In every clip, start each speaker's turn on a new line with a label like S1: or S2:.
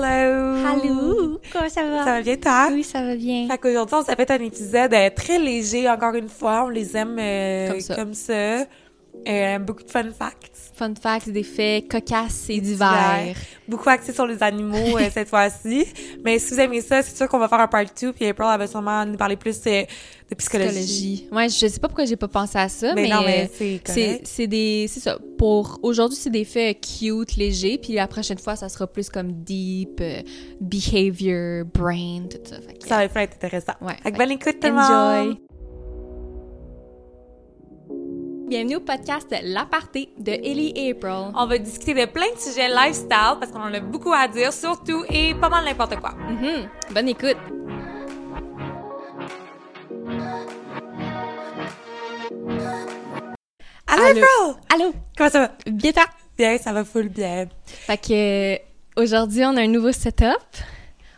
S1: Hello!
S2: Allô! Comment ça va?
S1: Ça va bien, toi?
S2: Oui, ça va bien.
S1: Fait qu'aujourd'hui, on s'est fait un épisode euh, très léger, encore une fois. On les aime euh,
S2: Comme ça.
S1: ça. Euh, beaucoup de fun facts.
S2: Fun fact, des faits cocasses et
S1: divers.
S2: divers.
S1: Beaucoup axés sur les animaux euh, cette fois-ci. Mais si vous aimez ça, c'est sûr qu'on va faire un part 2. Puis April, elle va sûrement nous parler plus euh, de psychologie.
S2: Psychologie. Ouais, je sais pas pourquoi j'ai pas pensé à ça,
S1: Mais
S2: mais,
S1: non, mais
S2: euh,
S1: c'est
S2: c'est
S1: correct.
S2: c'est des c'est ça. Pour aujourd'hui, c'est des faits cute, légers, puis la prochaine fois, ça sera plus comme deep, euh, behavior, brain, tout ça. Fait que,
S1: Ça va être intéressant.
S2: Ouais.
S1: Fait que bonne écoute, tout le monde!
S2: Enjoy. Bienvenue au podcast L'Aparté de Ellie et April.
S1: On va discuter de plein de sujets lifestyle parce qu'on en a beaucoup à dire, surtout et pas mal n'importe quoi.
S2: Mhm. Bonne écoute.
S1: Allô,
S2: Allô.
S1: April!
S2: Allô,
S1: Comment ça va?
S2: bien tard.
S1: Bien, ça va full bien.
S2: Fait que euh, aujourd'hui, on a un nouveau setup.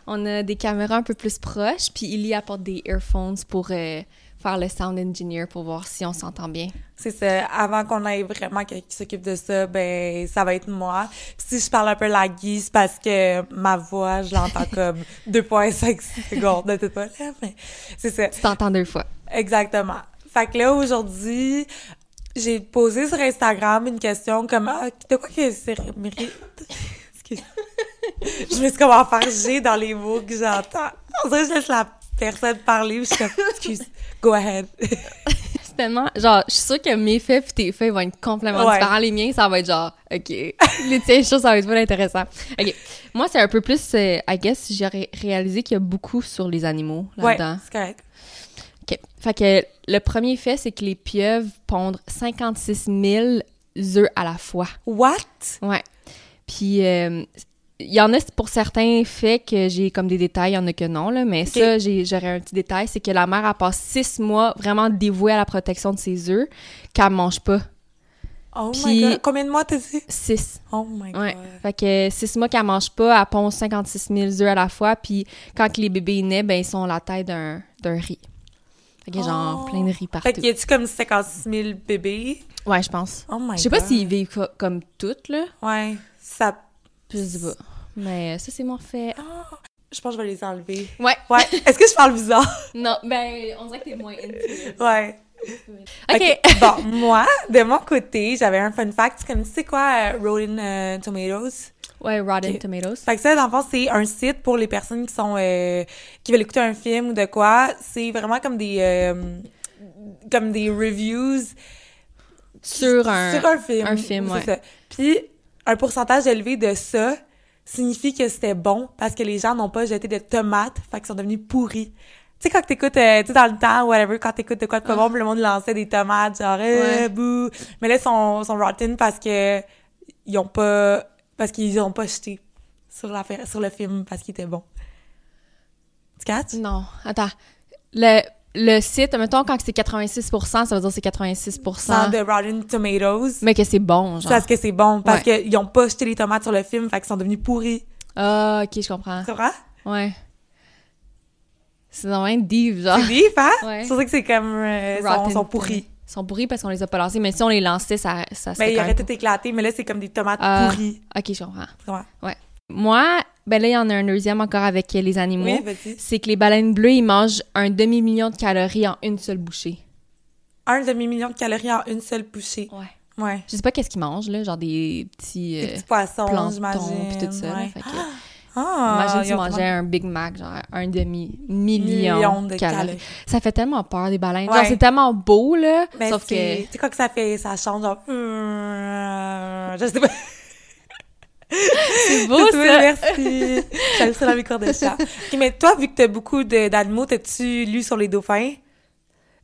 S2: On a des caméras un peu plus proches, puis il y apporte des earphones pour euh, faire le sound engineer pour voir si on s'entend bien.
S1: C'est ça. Avant qu'on ait vraiment quelqu'un qui s'occupe de ça, ben ça va être moi. Puis si je parle un peu laguie, c'est parce que ma voix, je l'entends comme 2.5 secondes. de pas là, mais c'est ça.
S2: Tu t'entends deux fois.
S1: Exactement. Fait que là, aujourd'hui, j'ai posé sur Instagram une question comme ah, de quoi que c'est mérite? Excuse. je me suis comme enfargée dans les mots que j'entends. On dirait que je laisse la personne parler, puis je suis comme, excuse, go ahead.
S2: C'est tellement... Genre, je suis sûre que mes faits puis tes faits vont être complètement
S1: Ouais.
S2: différents. Les miens, ça va être genre, OK. Les tiens, je suis sûre que ça va être pas intéressant. OK. Moi, c'est un peu plus... euh, I guess, j'ai ré- réalisé qu'il y a beaucoup sur les animaux
S1: ouais,
S2: là-dedans.
S1: c'est correct.
S2: OK. Fait que le premier fait, c'est que les pieuvres pondent 56 000 œufs à la fois.
S1: What?
S2: Ouais. Puis euh, il y en a pour certains faits que j'ai comme des détails, il y en a que non, là, mais ça, j'ai- j'aurais un petit détail, c'est que la mère, elle passe six mois vraiment dévouée à la protection de ses œufs, qu'elle mange pas.
S1: Oh my
S2: Puis-
S1: god. Combien de mois t'as dit?
S2: Six.
S1: Oh my god.
S2: Ouais. Fait que six mois qu'elle mange pas, elle pond 56 000 œufs à la fois, puis quand que les bébés naissent, ben ils sont la taille d'un d'un riz. Fait que
S1: Oh.
S2: genre plein de riz partout.
S1: Fait qu'il y a-tu comme 56 000 bébés?
S2: Ouais, je pense.
S1: Oh my god.
S2: Je sais pas s'ils vivent co- comme toutes, là.
S1: Ouais. Ça.
S2: Je sais pas. Mais ça, c'est mon fait.
S1: Ah, je pense que je vais les enlever.
S2: Ouais.
S1: Ouais. Est-ce que je parle bizarre?
S2: Non, ben, on dirait que t'es moins into.
S1: Ouais.
S2: OK.
S1: bon, moi, de mon côté, j'avais un fun fact. C'est Comme tu sais quoi, euh, Rolling euh, Tomatoes?
S2: Ouais, Rotten
S1: Ok.
S2: Tomatoes.
S1: Fait que ça, dans le fond, c'est un site pour les personnes qui sont euh, qui veulent écouter un film ou de quoi. C'est vraiment comme des euh, comme des reviews
S2: Sur un.
S1: Sur un film.
S2: un film,
S1: c'est
S2: ouais.
S1: ça. Puis, un pourcentage élevé de ça signifie que c'était bon parce que les gens n'ont pas jeté de tomates, fait qu'ils sont devenus pourris. Tu sais, quand t'écoutes, euh, tu sais, dans le temps, whatever, quand t'écoutes de quoi de pas bon, puis le monde lançait des tomates, genre, euh,
S2: Ah. Ouais.
S1: bouh. Mais là, ils sont, sont rotten parce que ils ont pas, parce qu'ils ont pas jeté sur, la, sur le film parce qu'il était bon. Tu catches?
S2: Non, attends. Le, le site, mettons, quand c'est 86 ça veut dire que c'est 86
S1: Sans de Rotten Tomatoes.
S2: Mais que c'est bon, genre.
S1: Parce que c'est bon, parce
S2: Ouais.
S1: qu'ils ont pas jeté les tomates sur le film, fait qu'ils sont devenus pourris.
S2: Ah, ok, je comprends.
S1: Tu comprends?
S2: Ouais. C'est vraiment deep, genre.
S1: C'est deep, hein?
S2: Ouais.
S1: C'est pour ça que c'est comme. euh, sont,
S2: Rotten
S1: sont pourris.
S2: Tomatoes. Ils sont pourris parce qu'on les a pas lancés, mais si on les lançait, ça, ça serait.
S1: Mais il
S2: quand
S1: aurait
S2: même
S1: tout éclaté, mais là, c'est comme des tomates
S2: Ah.
S1: pourries.
S2: pas- Ok, je comprends.
S1: Ouais.
S2: Moi, ben là, il y en a un deuxième encore avec euh, les animaux.
S1: Oui, vas-y.
S2: C'est que les baleines bleues, ils mangent un demi-million de calories en une seule bouchée.
S1: Un demi-million de calories en une seule bouchée.
S2: Ouais.
S1: Ouais.
S2: Je sais pas qu'est-ce qu'ils mangent, là, genre des petits
S1: Des
S2: euh,
S1: petits poissons,
S2: planctons
S1: j'imagine.
S2: puis tout ça. là.
S1: ouais.
S2: Fait que,
S1: Ah,
S2: imagine
S1: ils
S2: tu
S1: ont
S2: mangeais
S1: vraiment
S2: un Big Mac, genre un demi-million
S1: millions
S2: de
S1: de
S2: calories.
S1: calories.
S2: Ça fait tellement peur, des baleines.
S1: Ouais.
S2: Genre, c'est tellement beau, là,
S1: Mais
S2: sauf que...
S1: c'est- Tu sais quoi que ça fait? Ça change, genre. euh, Je sais pas.
S2: C'est beau,
S1: Oui,
S2: ça!
S1: Merci. J'avais ça dans mes cours de chat. Ok, mais toi, vu que t'as beaucoup de- d'animaux, t'as-tu lu sur les dauphins?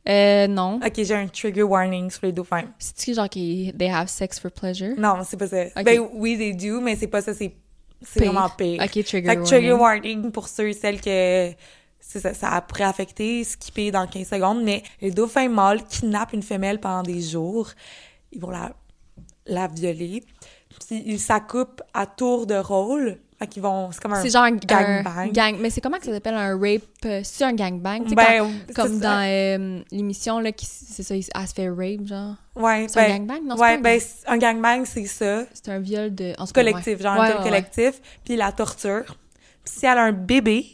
S2: Euh, non.
S1: Ok, j'ai un trigger warning sur les dauphins.
S2: C'est-tu genre qu'ils... They have sex for pleasure?
S1: Non, c'est pas ça.
S2: Ok.
S1: Ben oui, they do, mais c'est pas ça, c'est c'est
S2: Pire.
S1: vraiment pire.
S2: Ok, trigger
S1: fait que trigger
S2: warning.
S1: warning pour ceux et celles que c'est ça, ça pourrait affecter, skipper dans 15 secondes, mais les dauphins mâles kidnappent une femelle pendant des jours. Ils vont la, la violer. Puis ils s'accoupent à tour de rôle. Fait qu'ils vont. C'est comme un.
S2: C'est genre un
S1: gangbang.
S2: gang- mais c'est comment que ça s'appelle un rape? euh, C'est un gangbang? Tu sais,
S1: Ben,
S2: quand-
S1: c'est
S2: comme
S1: ça.
S2: dans euh, l'émission, là, qui, c'est ça, il- elle se fait rape, genre.
S1: Ouais,
S2: C'est un
S1: ben.
S2: gangbang? Non, c'est pas
S1: Ouais,
S2: un
S1: ben,
S2: gang-
S1: c'est- un gangbang, c'est ça.
S2: c'est un viol de. En tout cas, ouais.
S1: Collectif, genre
S2: Ouais,
S1: un viol
S2: ouais, ouais.
S1: collectif. Puis la torture. Puis si elle a un bébé,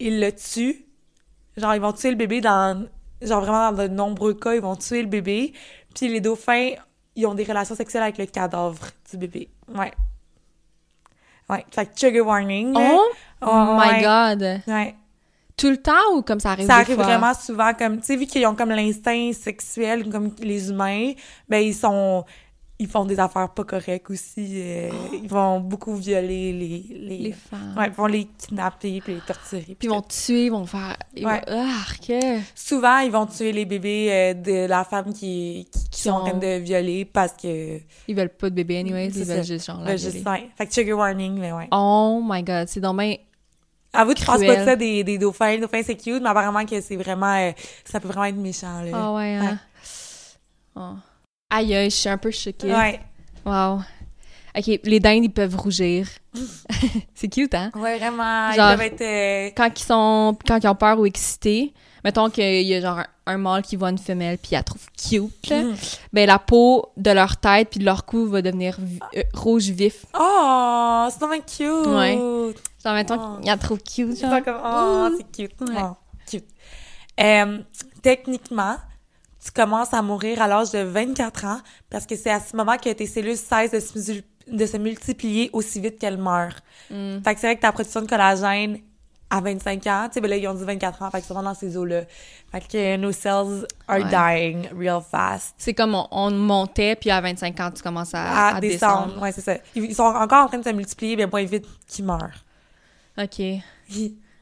S1: ils le tuent. Genre, ils vont tuer le bébé dans. Genre, vraiment, dans de nombreux cas, ils vont tuer le bébé. Puis les dauphins, ils ont des relations sexuelles avec le cadavre du bébé. Ouais. Ouais. Fait que trigger warning. là.
S2: Oh
S1: Oh,
S2: my
S1: ouais.
S2: god!
S1: Ouais.
S2: Tout le temps ou comme ça arrive
S1: Ça
S2: des
S1: arrive
S2: fois?
S1: vraiment souvent comme tu sais vu qu'ils ont comme l'instinct sexuel comme les humains, ben ils sont ils font des affaires pas correctes aussi, euh, ils vont beaucoup violer les les,
S2: Oh. Les femmes.
S1: ouais, ils vont les kidnapper puis les torturer.
S2: Puis ils vont tuer, ils vont faire. ils
S1: Ouais.
S2: vont- Ah, que.
S1: Souvent ils vont tuer les bébés euh, de la femme qui qui, qui sont en train
S2: ont-
S1: de violer parce que
S2: Ils veulent pas de bébé, anyways.
S1: C'est
S2: Ils
S1: ça.
S2: veulent juste, genre, la
S1: ben, juste
S2: violer.
S1: ouais. Fait que trigger warning mais ouais.
S2: Oh my god, c'est dommage.
S1: Avoue tu penses pas
S2: cruel.
S1: de ça des, des dauphins, les dauphins c'est cute mais apparemment que c'est vraiment euh, ça peut vraiment être méchant là.
S2: Ah ouais, hein. Oh. Aïe, aïe, je suis un peu choquée.
S1: Ouais.
S2: Wow. OK, les dindes, ils peuvent rougir. c'est cute, hein?
S1: Ouais, vraiment,
S2: Genre-
S1: ils doivent être euh,
S2: Quand ils sont... Quand ils ont peur ou excités, mettons qu'il y a genre un, un mâle qui voit une femelle puis il la trouve cute, là,
S1: Mhm.
S2: ben la peau de leur tête puis de leur cou va devenir vi-
S1: Ah.
S2: euh, rouge vif.
S1: Oh, c'est vraiment cute.
S2: Ouais. Genre, mettons
S1: Oh.
S2: qu'il la trouve cute,
S1: C'est
S2: genre.
S1: pas comme oh,
S2: Ouh.
S1: c'est cute.
S2: Ouais.
S1: Oh, cute. Euh, techniquement, tu commences à mourir à l'âge de 24 ans parce que c'est à ce moment que tes cellules cessent de se, musul- de se multiplier aussi vite qu'elles meurent.
S2: Mm.
S1: Fait que c'est vrai que ta production de collagène à 25 ans, tu sais, ben là, ils ont dit 24 ans, fait que souvent dans ces eaux-là. Fait que nos cells are dying real fast.
S2: C'est comme on, on montait, puis à 25 ans, tu commences à,
S1: À,
S2: à
S1: Ah, descendre.
S2: descendre.
S1: Ouais, c'est ça. Ils ils sont encore en train de se multiplier, mais moins vite qu'ils meurent.
S2: OK.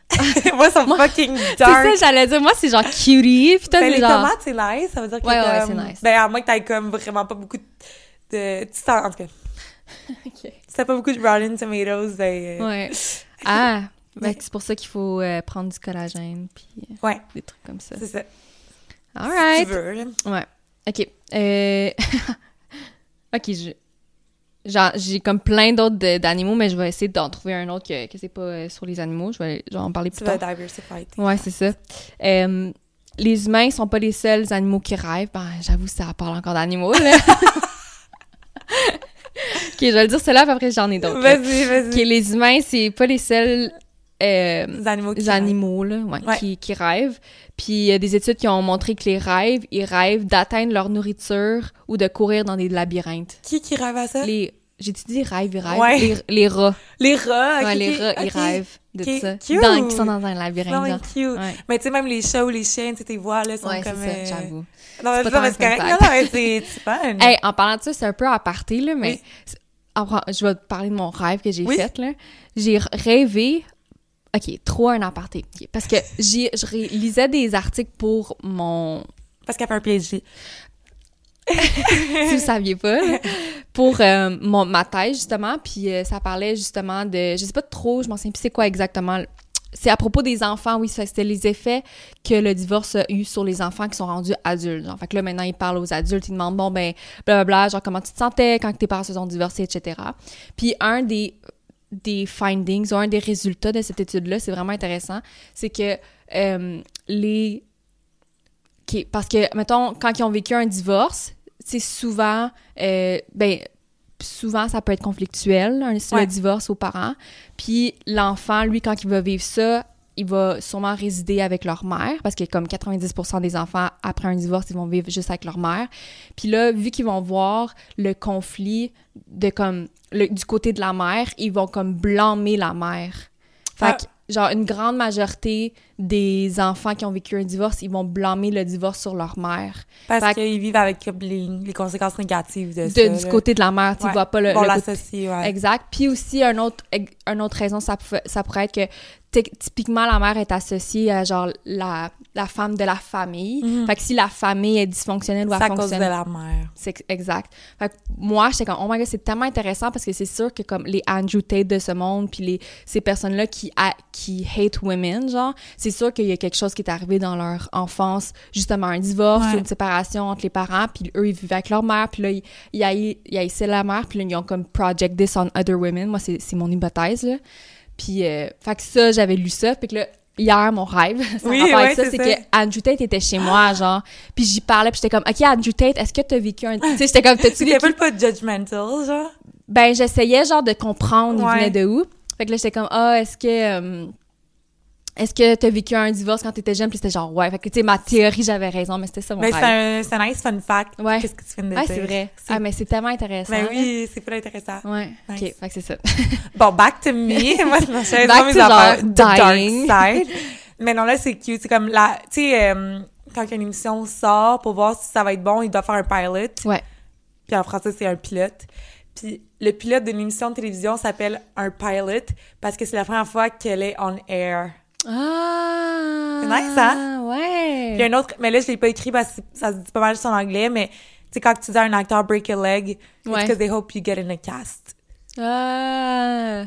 S1: moi, c'est
S2: Moi-
S1: fucking
S2: C'est ça,
S1: dark.
S2: j'allais dire. Moi, c'est genre cutie. Puis toi,
S1: Ben,
S2: c'est
S1: les
S2: genre...
S1: tomates, c'est nice. Ça veut dire que
S2: Ouais, ouais,
S1: comme-
S2: c'est nice.
S1: Ben, à moins que t'aies comme vraiment pas beaucoup de... de- tu sens, en tout cas,
S2: OK.
S1: si t'as pas beaucoup de rotten tomatoes, ben... euh,
S2: Ouais. Ah, ben,
S1: Ouais.
S2: c'est pour ça qu'il faut euh, prendre du collagène, puis euh,
S1: Ouais,
S2: des trucs comme ça.
S1: c'est ça.
S2: All
S1: Si
S2: right.
S1: tu veux, là.
S2: Ouais. OK. Euh, OK, je... Genre, j'ai comme plein d'autres de- d'animaux, mais je vais essayer d'en trouver un autre que, que c'est pas euh, sur les animaux. Je vais genre, en parler plus
S1: Tu
S2: tard.
S1: vas diversifier.
S2: Ouais, c'est ça. Euh, les humains sont pas les seuls animaux qui rêvent. Ben, j'avoue, ça parle encore d'animaux, là. OK, je vais le dire celle-là, puis après j'en ai d'autres. là.
S1: Vas-y, vas-y.
S2: OK, les humains, c'est pas les seuls... euh,
S1: Les animaux qui...
S2: les animaux là, ouais,
S1: Ouais.
S2: Qui, qui rêvent. Puis il y a des études qui ont montré que les rêves, ils rêvent d'atteindre leur nourriture ou de courir dans des labyrinthes.
S1: Qui qui rêve à ça? Les,
S2: Les j'ai-tu dit rêve, ils rêvent
S1: Hein? Ouais.
S2: les, les rats.
S1: rats.
S2: Ouais,
S1: ok,
S2: les
S1: ok,
S2: rats, ils
S1: ok.
S2: rêvent de
S1: Ok,
S2: ça.
S1: cute.
S2: Dans, qui sont dans un
S1: Non,
S2: labyrinthe.
S1: mais
S2: genre.
S1: cute.
S2: Ouais,
S1: Mais tu sais, même les chats ou les chiens, tu sais, tes voix, là, sont
S2: ouais c'est
S1: comme...
S2: ça,
S1: euh,
S2: j'avoue.
S1: Non, mais
S2: C'est
S1: c'est
S2: pas
S1: ça, mais
S2: tant
S1: c'est correct.
S2: un
S1: Non, non, mais c'est c'est fun.
S2: Hey, en parlant de ça, c'est un peu à parté, là, mais
S1: Oui.
S2: c'est- en vrai, je vais te parler de mon rêve que j'ai
S1: Oui.
S2: fait, là. J'ai rêvé... OK, trop un aparté. Ok, Parce que j'ai, je ré- lisais des articles pour mon,
S1: Parce qu'elle fait un PhD.
S2: si vous saviez pas, là, pour euh, mon, ma thèse, justement. Puis euh, ça parlait justement de. Je sais pas trop, je m'en souviens plus c'est quoi exactement. C'est à propos des enfants, oui, ça, c'était les effets que le divorce a eu sur les enfants qui sont rendus adultes. Genre. Fait que là, maintenant, ils parlent aux adultes, ils demandent, bon, ben, blablabla, genre, comment tu te sentais quand tes parents se sont divorcés, etc. Puis un des, des findings, ou un des résultats de cette étude-là, c'est vraiment intéressant, c'est que euh, les OK, parce que, mettons, quand ils ont vécu un divorce, c'est souvent, euh, ben, souvent, ça peut être conflictuel, un, le
S1: Ouais.
S2: divorce aux parents. Puis l'enfant, lui, quand il va vivre ça, il va sûrement résider avec leur mère, parce que comme 90% des enfants, après un divorce, ils vont vivre juste avec leur mère. Puis là, vu qu'ils vont voir le conflit de comme le- du côté de la mère, ils vont comme blâmer la mère. Fait
S1: Ah.
S2: que, genre, une grande majorité des enfants qui ont vécu un divorce, ils vont blâmer le divorce sur leur mère.
S1: Parce
S2: Fait que-
S1: qu'ils vivent avec comme, les, les conséquences négatives de,
S2: De-
S1: ça.
S2: du
S1: là.
S2: côté de la mère, tu
S1: Ouais.
S2: vois pas le,
S1: Ils vont
S2: le côté-
S1: l'associer, ouais.
S2: Exact. Puis aussi, un autre, une autre raison, ça, pouvait- ça pourrait être que ty- typiquement, la mère est associée à genre la, la femme de la famille.
S1: Mhm.
S2: Fait que si la famille est dysfonctionnelle ou
S1: C'est
S2: elle
S1: à cause de
S2: fonctionne
S1: la mère.
S2: C'est exact. Fait que moi, j'étais comme, oh my god, c'est tellement intéressant parce que c'est sûr que comme les Andrew Tate de ce monde, puis les, ces personnes-là qui, ha- qui hate women, genre, c'est sûr qu'il y a quelque chose qui est arrivé dans leur enfance, justement un divorce
S1: Ouais.
S2: ou une séparation entre les parents, puis eux, ils vivaient avec leur mère, puis là, ils, ils, haï- ils haïssaient la mère, puis là, ils ont comme Project This on Other Women. Moi, c'est c'est mon hypothèse, là. Puis, euh, fait que ça, j'avais lu ça, puis que là, hier, mon rêve, ça
S1: Oui,
S2: oui, rapport
S1: ouais,
S2: avec ça,
S1: c'est
S2: c'est
S1: ça.
S2: que Andrew Tate était chez moi,
S1: Ah!
S2: genre, puis j'y parlais, puis j'étais comme, OK, Andrew Tate, est-ce que t'as vécu un... Tu sais, j'étais comme, t'as-tu
S1: C'était
S2: vécu
S1: pas le pas judgmental, genre.
S2: ben, j'essayais genre de comprendre il
S1: Ouais.
S2: venait de où. Fait que là, j'étais comme, ah, est-ce que. euh, est-ce que t'as vécu un divorce quand t'étais jeune? Puis c'était genre, ouais. Fait que, tu sais, ma théorie, j'avais raison, mais c'était ça mon
S1: Mais c'est
S2: rêve.
S1: un, c'est un nice fun fact.
S2: Ouais.
S1: Qu'est-ce que tu viens de
S2: Ouais,
S1: dire?
S2: c'est vrai. Ah, mais c'est tellement intéressant.
S1: Ben
S2: là.
S1: oui, c'est pas intéressant.
S2: Ouais.
S1: Nice.
S2: OK, fait que c'est ça.
S1: Bon, back to me. Moi, je me suis
S2: Back
S1: mes
S2: to
S1: affaires.
S2: genre
S1: The dark
S2: dying.
S1: side. Mais non, là, c'est cute. C'est comme la, tu sais, euh, quand une émission sort pour voir si ça va être bon, il doit faire un pilot.
S2: Ouais.
S1: Puis en français, c'est un pilote. Puis le pilote d'une émission de télévision s'appelle un pilot parce que c'est la première fois qu'elle est on air.
S2: Ah!
S1: C'est nice, hein?
S2: Ouais.
S1: Puis un autre, mais là, je l'ai pas écrit parce que ça se dit pas mal sur l'anglais, mais tu sais, quand tu dis à un acteur break a leg, it's
S2: Ouais.
S1: because they hope you get in a cast.
S2: Ah!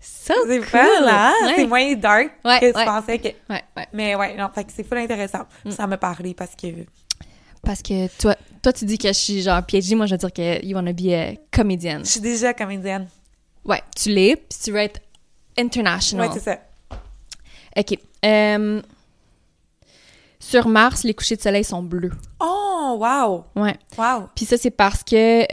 S2: So
S1: C'est
S2: Oh, cool.
S1: fun, hein? C'est
S2: Ouais.
S1: moins dark
S2: Ouais,
S1: que tu
S2: ouais. Mm.
S1: pensais que.
S2: ouais, ouais.
S1: Mais ouais, non, fait que c'est full intéressant. Ça m'a parlé parce que.
S2: Parce que toi, toi, tu dis que je suis genre PhD, moi, je veux dire que you wanna be a comédienne.
S1: Je suis déjà comédienne.
S2: Ouais, tu l'es, puis tu veux être
S1: Ouais,
S2: international.
S1: c'est ça.
S2: OK. Euh, sur Mars, les couchers de soleil sont bleus.
S1: Oh, wow!
S2: Ouais.
S1: Wow!
S2: Puis ça, c'est parce que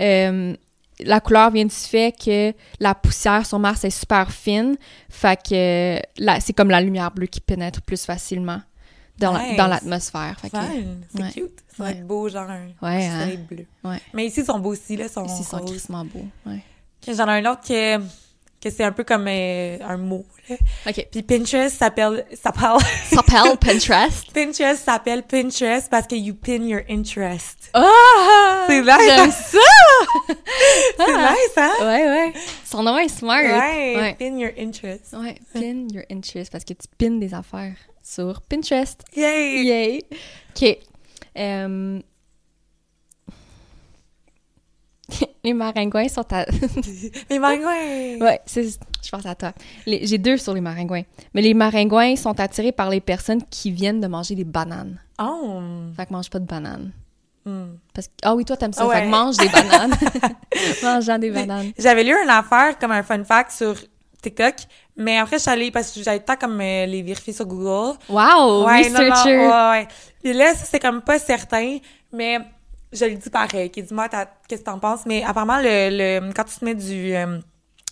S2: euh, la couleur vient du fait que la poussière sur Mars est super fine. Fait que euh, la- c'est comme la lumière bleue qui pénètre plus facilement dans la-
S1: Nice.
S2: dans l'atmosphère. Fait que-
S1: Fun! C'est
S2: ouais.
S1: cute. Ça va
S2: Ouais.
S1: être beau, genre un
S2: Ouais,
S1: petit
S2: hein.
S1: soleil bleu.
S2: ouais.
S1: Mais ici, ils sont beaux aussi, là. ils Sont
S2: Ici, ils sont
S1: roses.
S2: crissement beaux. Ouais.
S1: Ok, J'en ai un autre que, que c'est un peu comme euh, un mot, là.
S2: OK.
S1: Puis Pinterest s'appelle. s'appelle
S2: S'appelle Pinterest.
S1: Pinterest s'appelle Pinterest parce que you pin your interest.
S2: Ah!
S1: C'est nice, hein?
S2: J'aime ça!
S1: C'est nice, hein?
S2: Ouais, ouais. Son nom est smart.
S1: Ouais,
S2: ouais.
S1: pin your interest.
S2: Ouais, pin your interest parce que tu pins des affaires sur Pinterest.
S1: Yay!
S2: Yay! OK. Euh, Les maringouins sont à...
S1: Mais maringouins!
S2: ouais, c'est- je pense à toi. Les- J'ai deux sur les maringouins. Mais les maringouins sont attirés par les personnes qui viennent de manger des bananes.
S1: Oh!
S2: Fait que mange pas de bananes.
S1: Hmm.
S2: Parce que... Ah oui, toi, t'aimes ça.
S1: Ah
S2: Fait
S1: ouais.
S2: que mange des bananes. Mangeant des bananes.
S1: J'avais lu une affaire comme un fun fact sur TikTok, mais après, je suis allée parce que j'avais le temps comme euh, les vérifier sur Google.
S2: Wow!
S1: non, non,
S2: Oh, researcher!
S1: ouais, ouais. Puis là, ça, c'est comme pas certain, mais je le dis pareil. Qui dis-moi, t'as- qu'est-ce que t'en penses? Mais apparemment, le, le, quand tu te mets du, euh,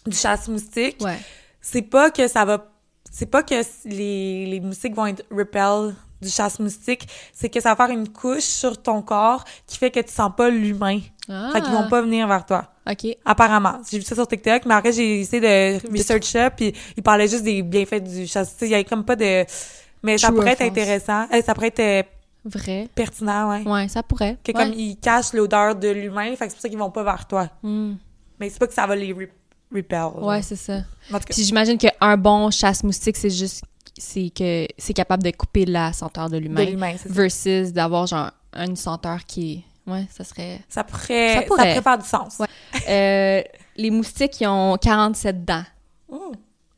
S1: du chasse moustique,
S2: Ouais.
S1: c'est pas que ça va c'est pas que les, les moustiques vont être repel du chasse moustique c'est que ça va faire une couche sur ton corps qui fait que tu sens pas l'humain
S2: Ah.
S1: fait qu'ils vont pas venir vers toi
S2: OK.
S1: apparemment j'ai vu ça sur TikTok mais après j'ai essayé de research ça puis ils parlaient juste des bienfaits du chasse moustique il y avait comme pas de mais ça
S2: True
S1: pourrait
S2: or
S1: être
S2: false?
S1: intéressant euh, ça pourrait être euh,
S2: Vrai.
S1: pertinent ouais,
S2: Ouais, ça pourrait.
S1: que
S2: Ouais.
S1: comme ils cachent l'odeur de l'humain fait que c'est pour ça qu'ils vont pas vers toi
S2: Hmm.
S1: mais c'est pas que ça va les re- repel
S2: Ouais, c'est ça.
S1: en tout cas
S2: Puis j'imagine qu'un bon chasse-moustique, c'est juste c'est que c'est capable de couper la senteur de
S1: de
S2: l'humain
S1: l'humain c'est ça.
S2: versus d'avoir genre une senteur qui est... Ouais, ça serait...
S1: Ça pourrait, ça
S2: Ça
S1: pourrait.
S2: pourrait.
S1: faire du sens.
S2: Ouais. Euh, les moustiques, ils ont 47 dents.
S1: Mmh.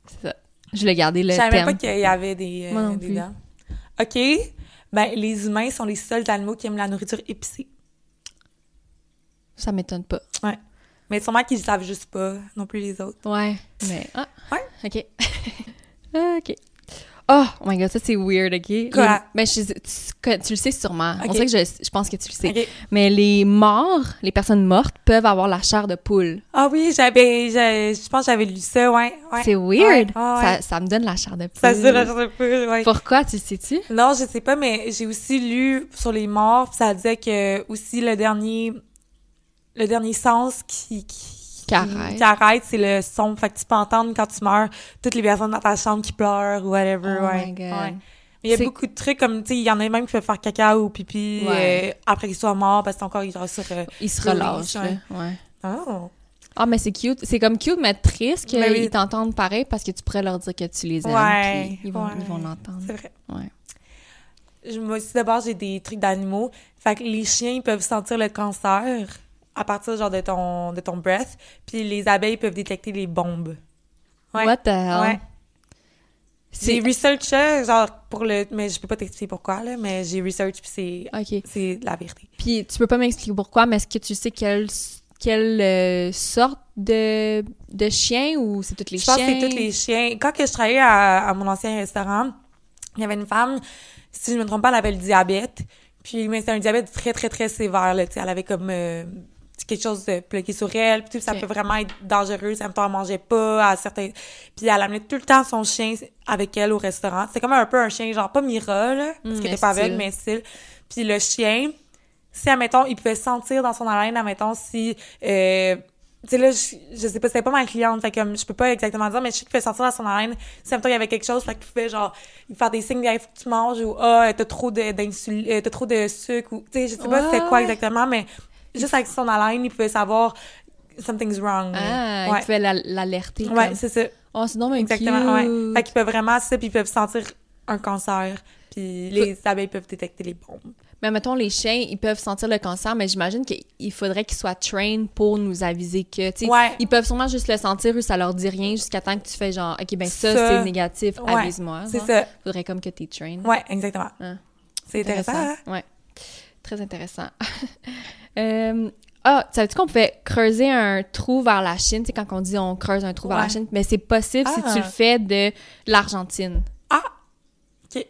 S2: C'est ça. Je l'ai gardé,
S1: Je
S2: le
S1: savais pas
S2: thème.
S1: qu'il y avait des, euh,
S2: Moi non
S1: des
S2: plus.
S1: dents. OK. Ben, les humains sont les seuls animaux qui aiment la nourriture épicée.
S2: Ça m'étonne pas.
S1: Ouais. Mais sûrement qu'ils le savent juste pas, non plus les autres.
S2: Ouais, mais... Ah,
S1: Ouais.
S2: OK. OK. Oh, oh my God, ça, c'est weird, OK?
S1: Quoi?
S2: Les- Mais je- tu, tu le sais sûrement.
S1: OK.
S2: On dirait que je, je pense que tu le sais.
S1: OK.
S2: Mais les morts, les personnes mortes, peuvent avoir la chair de poule.
S1: Ah oui, j'avais, j'ai- je pense que j'avais lu ça, ouais. ouais.
S2: C'est weird.
S1: Ouais, ah ouais.
S2: Ça, ça me donne la chair de poule.
S1: Ça, se lâche un peu, ouais.
S2: Pourquoi, tu le sais-tu?
S1: Non, je sais pas, mais j'ai aussi lu sur les morts, puis ça disait que aussi le dernier, le dernier sens qui, qui,
S2: Qui arrête.
S1: qui arrête, c'est le son. Fait que tu peux entendre quand tu meurs toutes les personnes dans ta chambre qui pleurent ou whatever.
S2: Oh
S1: ouais.
S2: my God.
S1: Ouais. Mais il y a
S2: C'est-
S1: beaucoup de trucs comme, tu sais, il y en a même qui peuvent faire caca ou pipi
S2: Ouais.
S1: euh, après qu'ils soient morts parce que ton corps, il est sur... euh,
S2: Il se
S1: Oui,
S2: relâche,
S1: oui, ouais.
S2: là. Ouais.
S1: Oh!
S2: Ah, mais c'est cute. C'est comme cute, mais triste qu'ils
S1: Mais oui.
S2: t'entendent pareil parce que tu pourrais leur dire que tu les aimes.
S1: Ouais,
S2: puis Ils vont
S1: ouais.
S2: ils vont l'entendre.
S1: C'est vrai.
S2: Ouais.
S1: Je, moi aussi, d'abord, j'ai des trucs d'animaux. Fait que les chiens, ils peuvent sentir le cancer à partir, genre, de ton, de ton breath.
S2: Ah.
S1: Puis les abeilles peuvent détecter les bombes. Ouais.
S2: What the hell?
S1: Ouais. J'ai researché, genre, pour le. Mais je peux pas t'expliquer pourquoi, là, mais j'ai research, puis c'est.
S2: OK.
S1: C'est la vérité.
S2: Puis tu peux pas m'expliquer pourquoi, mais est-ce que tu sais quelle, quelle euh, sorte de, de chien ou c'est tous les
S1: je
S2: chiens?
S1: pense que c'est tous les chiens. Quand que je travaillais à, à mon ancien restaurant, il y avait une femme, si je me trompe pas, elle avait le diabète. Puis, mais c'était un diabète très, très, très sévère, là, tu sais. Elle avait comme euh, quelque chose de plaqué sur elle, puis tout, ça
S2: Ok.
S1: peut vraiment être dangereux. Ça me elle mangeait pas à certains... Puis elle amenait tout le temps son chien avec elle au restaurant. C'était comme un peu un chien, genre pas Mira, là, parce
S2: Mm,
S1: qu'elle
S2: mais
S1: était pas aveugle,
S2: style.
S1: mais style. Puis le chien, si, admettons, il pouvait sentir dans son haleine, admettons, si... Euh, tu sais, là, je, je sais pas, c'était pas ma cliente, fait que comme, je peux pas exactement dire, mais je sais qu'il pouvait sentir dans son haleine, si, admettons, il y avait quelque chose, fait qu'il pouvait, genre, lui faire des signes, il faut que tu manges, ou « Ah, t'as trop de, d'insuline- euh, t'as trop de sucre », ou, tu sais, je sais pas
S2: Ouais,
S1: c'était quoi
S2: ouais.
S1: exactement, mais juste avec son haleine, il pouvait savoir « something's wrong ».
S2: Ah,
S1: ouais.
S2: ils pouvaient la- l'alerter.
S1: Ouais,
S2: comme.
S1: c'est ça,
S2: Oh, c'est donc bien
S1: exactement, ouais.
S2: cute.
S1: Fait qu'ils peuvent vraiment, c'est ça, puis ils peuvent sentir un cancer, puis les abeilles peuvent détecter les bombes.
S2: Mais mettons, les chiens, ils peuvent sentir le cancer, mais j'imagine qu'il faudrait qu'ils soient trained pour nous aviser que, tu sais,
S1: Ouais.
S2: ils peuvent sûrement juste le sentir ou ça leur dit rien jusqu'à temps que tu fais genre, OK, ben ça,
S1: Ça.
S2: c'est négatif,
S1: Ouais,
S2: avise-moi.
S1: C'est
S2: genre.
S1: ça,
S2: Faudrait comme que t'es trained.
S1: ouais, exactement.
S2: Hein.
S1: C'est intéressant, hein?
S2: Ouais. Très intéressant. Euh, Ah, savais-tu qu'on pouvait creuser un trou vers la Chine? Tu sais, quand on dit on creuse un trou vers la
S1: Ouais.
S2: Chine, mais c'est possible
S1: Ah.
S2: si tu le fais de l'Argentine,
S1: Ah! OK.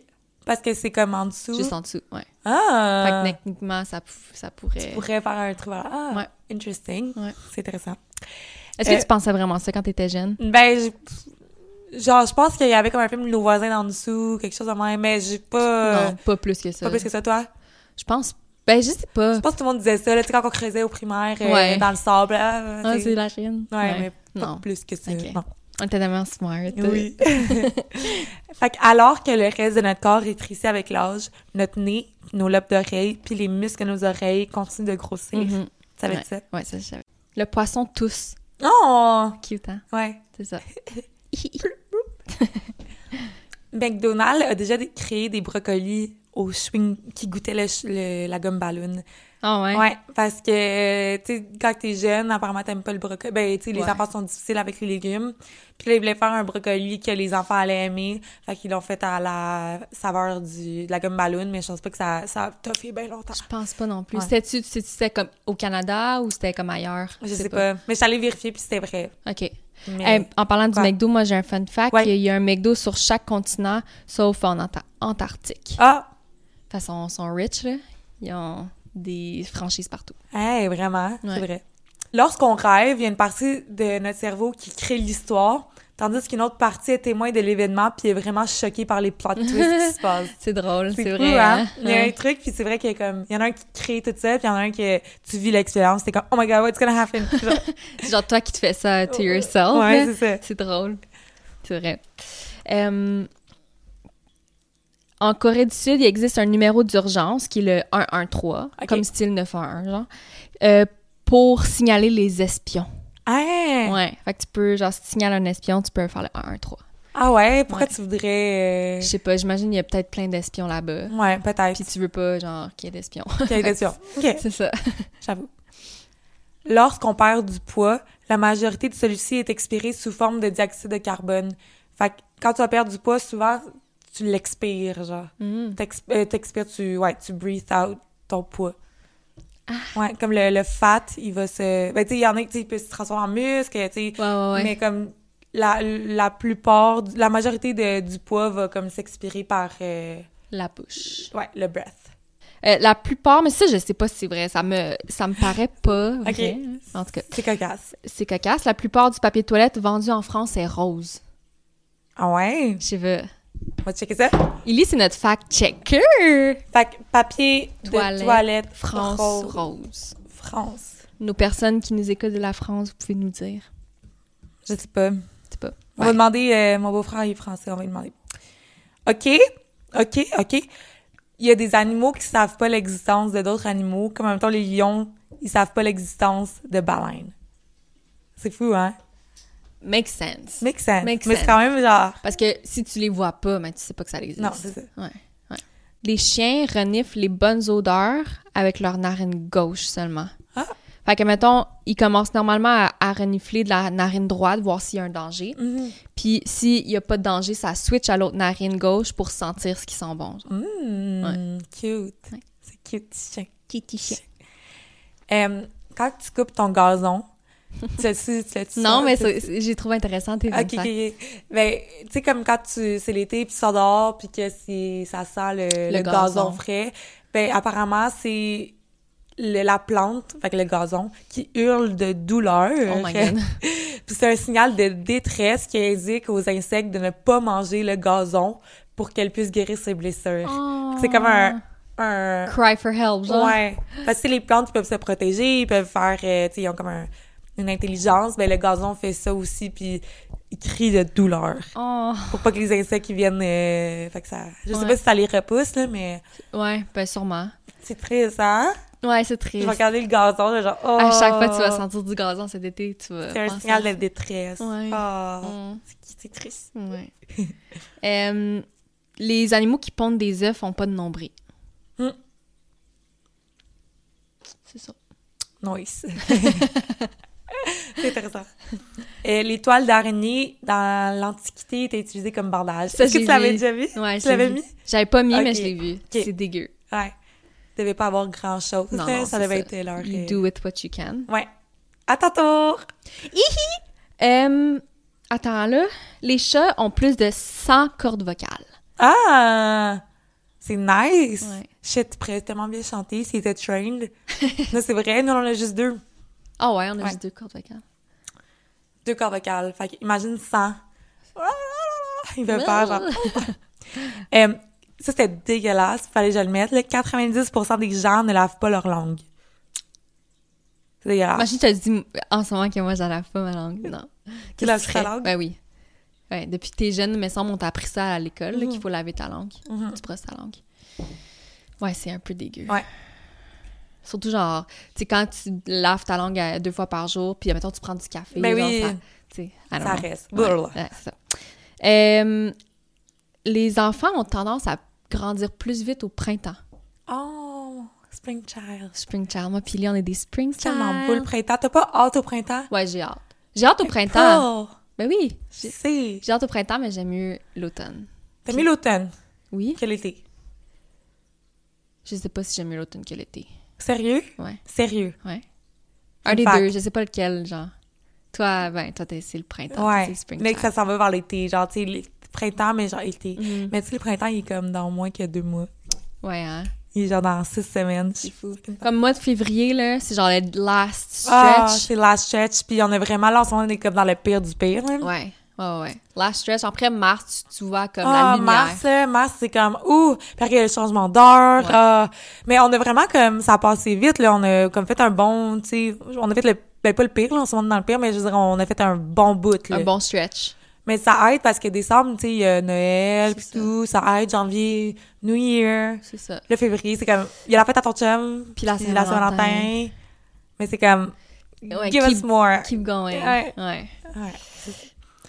S1: Parce que c'est comme en dessous.
S2: juste en dessous. Ouais. Fait
S1: Ah!
S2: que techniquement, ça, pou- ça pourrait.
S1: pourrait faire un trou vers- Ah,
S2: Ouais.
S1: interesting.
S2: Ouais.
S1: C'est intéressant.
S2: Est-ce que
S1: Euh,
S2: tu pensais vraiment ça quand t'étais jeune?
S1: Ben, je- genre, je pense qu'il y avait comme un film Nos voisins d'en dessous, quelque chose de même, mais j'ai pas...
S2: non, pas plus que ça. Ah.
S1: Pas plus que ça, toi.
S2: Je pense. Ben, je sais pas.
S1: Je pense que tout le monde disait ça, là, tu sais, quand on creusait au primaire, euh,
S2: Ouais.
S1: dans le sable. là, euh,
S2: Ah,
S1: tu sais.
S2: c'est la Chine.
S1: Ouais, mais pas
S2: Non.
S1: plus que ça.
S2: Ok.
S1: Non.
S2: On était tellement smart.
S1: Oui. fait que alors que le reste de notre corps rétrécit avec l'âge, notre nez, nos lobes d'oreilles, puis les muscles de nos oreilles continuent de grossir.
S2: Mhm.
S1: Ça va être ça.
S2: Ouais, ça, je savais. Le poisson tous.
S1: Oh!
S2: Cute, hein?
S1: Ouais.
S2: C'est ça.
S1: McDonald's a déjà dé- créé des brocolis au chewing qui goûtaient le ch- le- la gomme ballon.
S2: Ah ouais?
S1: Ouais. parce que euh, tu sais quand t'es jeune, apparemment t'aimes pas le brocoli. Ben tu sais les
S2: Ouais.
S1: enfants sont difficiles avec les légumes. Puis là ils voulaient faire un brocoli que les enfants allaient aimer. Fait qu'ils l'ont fait à la saveur du de la gomme ballon, mais je pense pas que ça ça a fait bien longtemps.
S2: Je pense pas non plus.
S1: Ouais.
S2: C'était-tu tu sais, c'était comme au Canada ou c'était comme ailleurs?
S1: Je sais pas. Mais j'allais vérifier puis c'était vrai.
S2: OK.
S1: Mais
S2: Hey, en parlant du
S1: Ouais.
S2: McDo, moi, j'ai un fun fact.
S1: Ouais.
S2: Il y a un McDo sur chaque continent, sauf en Anta- Antarctique.
S1: ah
S2: De toute façon, ils sont rich, là. Ils ont des franchises partout.
S1: Hey, vraiment,
S2: Ouais.
S1: c'est vrai. Lorsqu'on rêve, il y a une partie de notre cerveau qui crée l'histoire, tandis qu'une autre partie est témoin de l'événement puis est vraiment choquée par les plot twists qui se passent.
S2: C'est drôle, c'est
S1: fou,
S2: vrai. hein?
S1: Il y a un truc, puis c'est vrai qu'il y a comme... Il y en a un qui crée tout ça, puis il y en a un que tu vis l'expérience, t'es comme « Oh my God, what's gonna happen? » Genre,
S2: C'est genre toi qui te fais ça to yourself.
S1: Ouais,
S2: là.
S1: c'est ça.
S2: c'est drôle. C'est vrai. Euh, en Corée du Sud, il existe un numéro d'urgence qui est le 113,
S1: Ok.
S2: comme style 911, genre, euh, pour signaler les espions.
S1: Hein?
S2: Ouais. Fait que tu peux, genre, si tu signales un espion, tu peux faire le 113.
S1: Ah ouais? Pourquoi
S2: Ouais.
S1: tu voudrais... euh,
S2: Je sais pas, j'imagine il y a peut-être plein d'espions là-bas.
S1: Ouais, peut-être.
S2: Puis tu veux pas, genre, qu'il y ait d'espions.
S1: Quelle question. OK.
S2: c'est ça.
S1: J'avoue. Lorsqu'on perd du poids, la majorité de celui-ci est expiré sous forme de dioxyde de carbone. Fait que quand tu vas perdre du poids, souvent, tu l'expires, genre.
S2: Mm.
S1: T'ex- euh, T'expires, tu, ouais, tu breathes out ton poids.
S2: Ah.
S1: Ouais, comme le, le fat, il va se... Ben, tu sais, il y en a qui peut se transformer en muscle, tu sais.
S2: Ouais, ouais, ouais.
S1: Mais comme la, la plupart, du- la majorité de- du poids va comme s'expirer par, euh,
S2: La bouche.
S1: ouais, le breath.
S2: Euh, la plupart, mais ça, je sais pas si c'est vrai. Ça me, ça me paraît pas vrai. En tout cas,
S1: C'est cocasse.
S2: c'est cocasse. La plupart du papier de toilette vendu en France est rose.
S1: Ah ouais?
S2: Je veux.
S1: On va checker ça.
S2: Illy, c'est notre fact-checker.
S1: Fait que papier,
S2: Toilette,
S1: de toilette,
S2: France
S1: rose,
S2: rose.
S1: France.
S2: Nos personnes qui nous écoutent de la France, vous pouvez nous dire.
S1: Je sais pas.
S2: Je sais pas.
S1: On
S2: Ouais.
S1: va demander, euh, mon beau-frère il est français, on va lui demander. OK, OK, OK. Il y a des animaux qui savent pas l'existence de d'autres animaux, comme en même temps les lions, ils savent pas l'existence de baleines. C'est fou, hein?
S2: Make sense.
S1: Make sense.
S2: Make
S1: Mais
S2: sense.
S1: c'est quand même genre...
S2: Parce que si tu les vois pas, mais tu sais pas que ça existe.
S1: Non, c'est ça.
S2: Ouais, ouais. Les chiens reniflent les bonnes odeurs avec leur narine gauche seulement.
S1: Ah.
S2: Fait que, mettons, ils commencent normalement à, à renifler de la narine droite, voir s'il y a un danger.
S1: Mhm.
S2: Puis s'il n'y a pas de danger, ça switch à l'autre narine gauche pour sentir ce qui sent bon.
S1: Mm.
S2: genre.
S1: Mhm. Cute.
S2: Ouais.
S1: C'est cute, petit chien. Euh, quand tu coupes ton gazon, tu l'as-tu- tu l'as-tu
S2: Non,
S1: ça?
S2: mais
S1: Tu-
S2: c'est- c'est- j'ai trouvé intéressant tes
S1: Ah, Ok,
S2: insights.
S1: ok, ok. Ben, tu sais, comme quand tu, c'est l'été, puis tu sors dehors, puis que c'est, ça sent le,
S2: Le
S1: le gazon.
S2: gazon.
S1: frais, ben, apparemment, c'est le- la plante, avec le gazon, qui hurle de douleur.
S2: Oh my God.
S1: puis c'est un signal de détresse qui indique aux insectes de ne pas manger le gazon pour qu'elles puissent guérir ses blessures.
S2: Ah.
S1: C'est comme un, un,
S2: Cry for help, genre.
S1: Ouais. Parce que tu sais, les plantes, ils peuvent se protéger, ils peuvent faire, euh, tu sais, ils ont comme un- une intelligence. Ben, le gazon fait ça aussi, puis il crie de douleur.
S2: Oh,
S1: Pour pas que les insectes, ils viennent, euh, fait que ça, je sais
S2: Ouais.
S1: pas si ça les repousse, là, mais
S2: ouais, ben sûrement.
S1: c'est triste, hein?
S2: Ouais, c'est
S1: Je
S2: triste.
S1: vais regarder le gazon, là, genre, oh!
S2: À chaque fois que tu vas sentir du gazon cet été, tu vas.
S1: C'est un
S2: penser
S1: signal
S2: à
S1: de détresse.
S2: Ouais.
S1: Ah.
S2: ça. Mm.
S1: C'est- C'est triste.
S2: Ouais. Euh, les animaux qui pondent des œufs font pas de nombril.
S1: Hmm.
S2: C'est ça.
S1: Nice. c'est intéressant. Euh, les toiles d'araignée, dans l'Antiquité, étaient utilisées comme bandage.
S2: Ça,
S1: Est-ce que
S2: j'ai
S1: tu l'avais
S2: vu.
S1: déjà vu?
S2: Ouais,
S1: tu
S2: je l'ai
S1: l'avais
S2: vu.
S1: mis?
S2: J'avais pas mis, mais
S1: Ok.
S2: je l'ai vu. C'est dégueu.
S1: Ouais. Il devait pas avoir grand chose. hein.
S2: Non, non,
S1: ça
S2: c'est
S1: devait
S2: ça.
S1: être leur.
S2: You
S1: euh,
S2: do with what you can.
S1: Ouais. À ton tour!
S2: Euh, attends là, les chats ont plus de 100 cordes vocales.
S1: Ah! C'est nice!
S2: Ouais.
S1: Shit, tu pourrais tellement bien chanter s'ils étaient trained. non, c'est vrai, nous, on en a juste deux.
S2: Ah ouais, on a
S1: Ouais.
S2: juste deux cordes vocales.
S1: Deux cordes vocales. Fait que imagine 100. Il veut faire genre. Euh, ça, c'était dégueulasse. Fallait que je le mette. là. 90% des gens ne lavent pas leur langue. C'est dégueulasse.
S2: Imagine, je te dis en ce moment que moi, je la lave pas ma langue. Non. Qu'est-ce
S1: laves
S2: que tu
S1: ta
S2: ferais?
S1: langue?
S2: Ben oui. Ouais, depuis que t'es jeune, mais semble on t'a appris ça à l'école, là, qu'il faut laver ta langue.
S1: Mhm.
S2: Tu brosses ta langue. Ouais, c'est un peu dégueu.
S1: Ouais.
S2: Surtout genre, tu sais, quand tu laves ta langue à- deux fois par jour, puis mettons, tu prends du café.
S1: Ben
S2: genre,
S1: oui.
S2: ça- tu sais, I don't
S1: Ça
S2: know.
S1: reste.
S2: Ouais,
S1: Blablabla.
S2: ouais, c'est ça. Euh, les enfants ont tendance à grandir plus vite au printemps.
S1: Oh! Spring Child.
S2: Spring Child, moi, puis Lily, on est des Spring
S1: C'est tellement
S2: Child.
S1: beau le printemps. T'as pas hâte au printemps?
S2: Ouais, j'ai hâte. J'ai hâte au printemps.
S1: Oh,
S2: Ben oui.
S1: je
S2: J'ai
S1: sais.
S2: j'ai hâte au printemps, mais j'aime mieux l'automne.
S1: T'as mis l'automne
S2: Oui.
S1: que l'été.
S2: Je sais pas si j'aime mieux l'automne que l'été.
S1: Sérieux?
S2: Ouais.
S1: Sérieux.
S2: Ouais. Un des
S1: fact.
S2: deux, je sais pas lequel, genre. Toi, ben, toi, t'es- c'est le printemps. toi,
S1: ouais.
S2: Ah, C'est le spring
S1: Mais que ça
S2: time.
S1: s'en va vers l'été. Genre, tu sais, le printemps, mais genre été.
S2: Mhm.
S1: Mais tu sais, le printemps, il est comme dans moins que deux mois.
S2: Ouais, hein.
S1: Il est genre dans six semaines.
S2: C'est fou. Comme mois de février, là, c'est genre le last
S1: Ah,
S2: stretch.
S1: c'est la stretch. Puis on est vraiment là, en ce moment, on est comme dans le pire du pire. là.
S2: ouais. Ouais, ouais. Last stretch. Après, mars, tu, tu vois comme la
S1: Ah,
S2: lumière.
S1: mars, là, mars, c'est comme, ouh, parce qu'il y a le changement d'heure.
S2: Ouais.
S1: ah. mais on a vraiment comme, ça a passé vite, là. On a comme fait un bon, tu sais, on a fait le, ben, pas le pire, là, on se monte dans le pire, mais je veux dire, on a fait un bon bout, là.
S2: Un bon stretch.
S1: Mais ça aide parce que décembre, tu sais, il y a Noël,
S2: C'est
S1: pis
S2: ça.
S1: tout, ça aide, janvier, New Year.
S2: C'est ça.
S1: Le février, c'est comme, il y a la fête à ton chum,
S2: Puis la
S1: puis
S2: Saint-Valentin.
S1: Saint-Valentin. Mais c'est comme,
S2: Ouais,
S1: give
S2: keep-
S1: us more.
S2: Keep going.
S1: Ouais.
S2: Ouais.
S1: Ouais, c'est ça.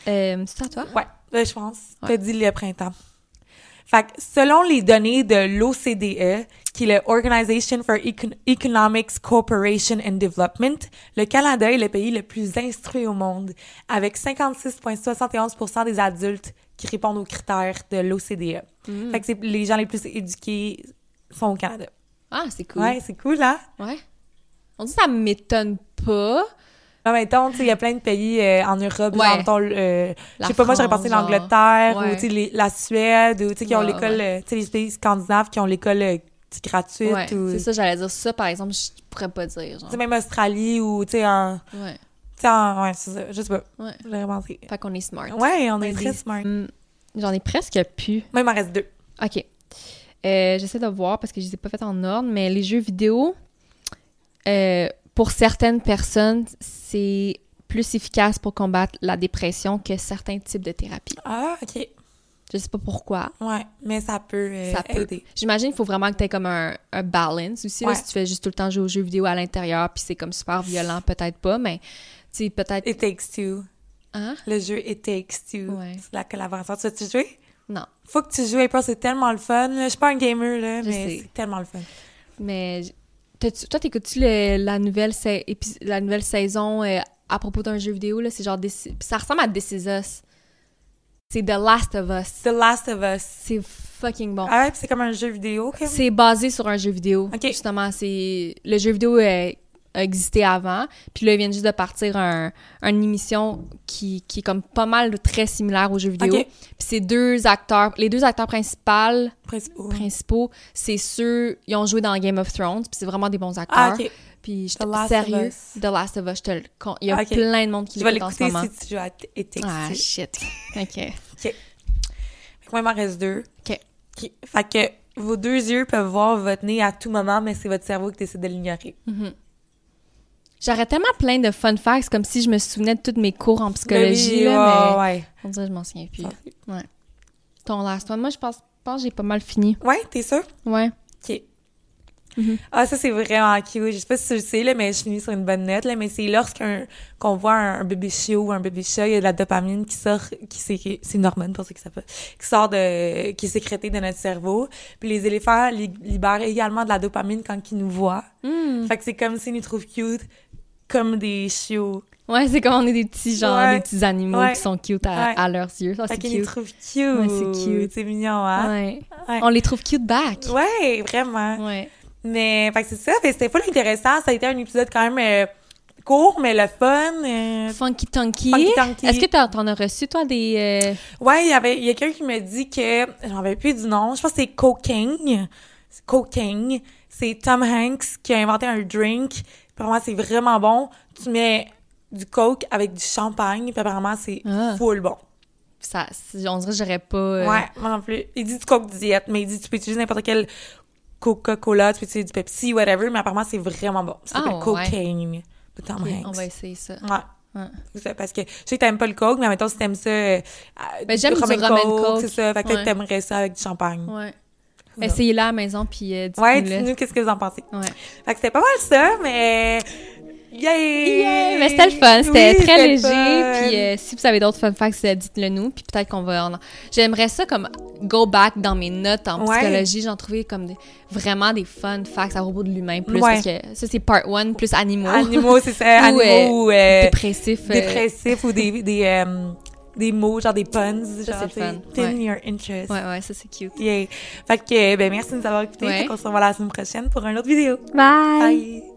S2: Euh, c'est à toi?
S1: Ouais, là, je pense.
S2: Ouais.
S1: T'as dit le printemps. Fait que selon les données de l'OCDE, E, qui est l'Organisation for Econ- Economics Cooperation and Development, le Canada est le pays le plus instruit au monde, avec 56,71 des adultes qui répondent aux critères de l'OCDE. E.
S2: Mm.
S1: Fait que c'est les gens les plus éduqués sont au Canada.
S2: Ah, c'est cool.
S1: Ouais, c'est cool, hein?
S2: Ouais. On dit que ça m'étonne pas.
S1: Mais mettons, tu sais, il y a plein de pays euh, en Europe,
S2: Ouais.
S1: genre, mettons, euh, je
S2: La
S1: sais pas, moi, j'aurais
S2: France,
S1: pensé
S2: genre.
S1: l'Angleterre ou,
S2: Ouais.
S1: tu sais, les- la Suède ou, tu sais, qui ont
S2: Ouais,
S1: l'école, euh, tu sais, les pays scandinaves qui ont l'école euh, tu sais, gratuite
S2: Ouais.
S1: ou,
S2: C'est
S1: tu
S2: ça, j'allais dire ça, par exemple, je pourrais pas dire. Genre.
S1: sais, même Australie ou, tu sais, en, tu
S2: Ouais.
S1: sais, en- ouais, c'est ça, je sais pas,
S2: Ouais.
S1: j'aurais pensé.
S2: Fait qu'on est smart.
S1: Ouais, on est
S2: Ben,
S1: très
S2: des-
S1: smart.
S2: Hum, J'en ai presque pu.
S1: Moi, il m'en reste deux.
S2: OK. Euh, J'essaie de voir parce que je les ai pas faites en ordre, mais les jeux vidéo, euh, pour certaines personnes, c'est plus efficace pour combattre la dépression que certains types de thérapies.
S1: Ah, OK.
S2: Je sais pas pourquoi.
S1: Ouais, mais ça peut euh,
S2: Ça peut.
S1: aider.
S2: J'imagine qu'il faut vraiment que tu aies comme un, un balance aussi. là,
S1: Ouais.
S2: si tu fais juste tout le temps jouer aux jeux vidéo à l'intérieur, puis c'est comme super violent, peut-être pas, mais tu sais, peut-être.
S1: It Takes Two.
S2: Hein?
S1: Le jeu It Takes Two.
S2: Ouais.
S1: C'est la collaboration. Tu veux-tu jouer?
S2: Non.
S1: Faut que tu joues, April, c'est tellement le fun. là. Je suis pas un gamer, là,
S2: Je
S1: mais
S2: sais.
S1: c'est tellement le fun.
S2: Mais j- t'as-tu- toi, t'écoutes-tu le- la, nouvelle sa- épi- la nouvelle saison euh, à propos d'un jeu vidéo? là? C'est genre. This- pis ça ressemble à This Is Us. C'est The Last of Us.
S1: The Last of Us.
S2: C'est fucking bon.
S1: Ah ouais, puis c'est comme un jeu vidéo, comme.
S2: C'est basé sur un jeu vidéo.
S1: Ok.
S2: Justement, c'est le jeu vidéo euh, a existé avant, puis là ils viennent juste de partir un, une émission qui, qui est comme pas mal très similaire au jeu vidéo.
S1: Ok.
S2: Puis c'est deux acteurs, les deux acteurs principaux,
S1: Principaux.
S2: principaux, c'est ceux ils ont joué dans Game of Thrones, puis c'est vraiment des bons acteurs.
S1: Ah, ok.
S2: Puis je
S1: The Last of
S2: sérieux,
S1: Us.
S2: The Last of Us, je te le con- il y a
S1: Ok.
S2: plein de monde qui
S1: Tu vas
S2: l'écoute en ce
S1: l'écouter
S2: moment.
S1: si tu joues à t- et texte.
S2: Ah shit. OK.
S1: Moi, il m'en reste deux.
S2: OK.
S1: Qui- Fait que vos deux yeux peuvent voir votre nez à tout moment, mais c'est votre cerveau qui décide de l'ignorer.
S2: J'aurais tellement plein de fun facts comme si je me souvenais de tous mes cours en psychologie
S1: Ben oui,
S2: là, mais
S1: ouais, ouais.
S2: On dirait que je m'en souviens plus.
S1: Ça
S2: Ouais. Ton last one. Moi, je pense, pense que j'ai pas mal fini.
S1: Ouais, t'es sûr?
S2: Ouais.
S1: OK.
S2: Mhm.
S1: Ah, ça, c'est vraiment cute. Je sais pas si tu le sais, là, mais je finis sur une bonne note, là, mais c'est lorsqu'un, qu'on voit un, un bébé chiot ou un bébé chat, il y a de la dopamine qui sort, qui s'é- c'est une hormone pour ceux qui savent pas, qui sort de, qui est sécrétée de notre cerveau. Puis les éléphants li- libèrent également de la dopamine quand ils nous voient.
S2: Mm.
S1: Fait que c'est comme s'ils nous trouvent cute, comme des chiots.
S2: Ouais, c'est comme on est des petits genre,
S1: Ouais.
S2: des petits animaux
S1: Ouais.
S2: qui sont cute à,
S1: Ouais.
S2: à leurs yeux. Ça,
S1: Fait
S2: Ah, c'est
S1: qu'ils nous
S2: cute.
S1: trouvent cute.
S2: Ouais, c'est cute.
S1: C'est mignon, hein?
S2: Ouais.
S1: Ouais.
S2: On les trouve cute back.
S1: Ouais, vraiment.
S2: Ouais.
S1: Mais, fait que c'est ça. Fait que c'était full intéressant. Ça a été un épisode quand même euh, court, mais le fun. euh,
S2: Funky Tonky.
S1: Funky Tonky.
S2: Est-ce que t'en, t'en as reçu, toi, des. euh,
S1: Ouais, il y avait il y a quelqu'un qui me dit que j'en avais plus du nom. Je pense que c'est Coking. C'est Coking. C'est Tom Hanks qui a inventé un drink. Apparemment, c'est vraiment bon. Tu mets du coke avec du champagne, puis apparemment, c'est
S2: Ah.
S1: full bon.
S2: Ça, c'est- on dirait que j'aurais pas. euh,
S1: Ouais, moi non plus. Il dit du coke diète, mais il dit tu peux utiliser n'importe quel Coca-Cola, tu peux utiliser du Pepsi, whatever, mais apparemment, c'est vraiment bon. Ça
S2: Ah,
S1: s'appelle
S2: ouais.
S1: Cocaine de Tom
S2: ok,
S1: Hanks.
S2: on va essayer ça.
S1: Ouais.
S2: Ouais.
S1: C'est ça, Parce que je sais que t'aimes pas le coke, mais mettons, si t'aimes ça. euh, euh,
S2: Ben, j'aime du rum and coke.
S1: C'est ça. Fait que peut-être
S2: Ouais.
S1: t'aimerais ça avec du champagne.
S2: Ouais. Essayez-la à la maison, puis euh, dites-nous.
S1: Ouais,
S2: là.
S1: dis-nous qu'est-ce que vous en pensez.
S2: Ouais.
S1: Fait que c'était pas mal ça, mais. Yay!
S2: Yeah! Mais c'était le fun, c'était
S1: Oui,
S2: très
S1: le
S2: léger.
S1: fun.
S2: Puis euh, si vous avez d'autres fun facts, euh, dites-le nous. Puis peut-être qu'on va en. J'aimerais ça comme go back dans mes notes en
S1: Ouais.
S2: psychologie. J'en trouvais comme des- vraiment des fun facts à propos de l'humain plus.
S1: Ouais.
S2: Parce que ça, c'est part one plus animaux.
S1: Animaux, c'est ça.
S2: Ou, euh,
S1: Animaux ou. euh,
S2: Dépressif. euh,
S1: dépressifs ou des. des euh, des mots, genre des puns,
S2: Ça,
S1: genre,
S2: c'est le
S1: tu sais,
S2: fun,
S1: pin
S2: ouais.
S1: your interest.
S2: Ouais, ouais, ça, c'est cute.
S1: Yay. Fait que, ben, merci de nous avoir écoutés.
S2: Ouais.
S1: Fait qu'on se revoit la semaine prochaine pour une autre vidéo.
S2: Bye!
S1: Bye.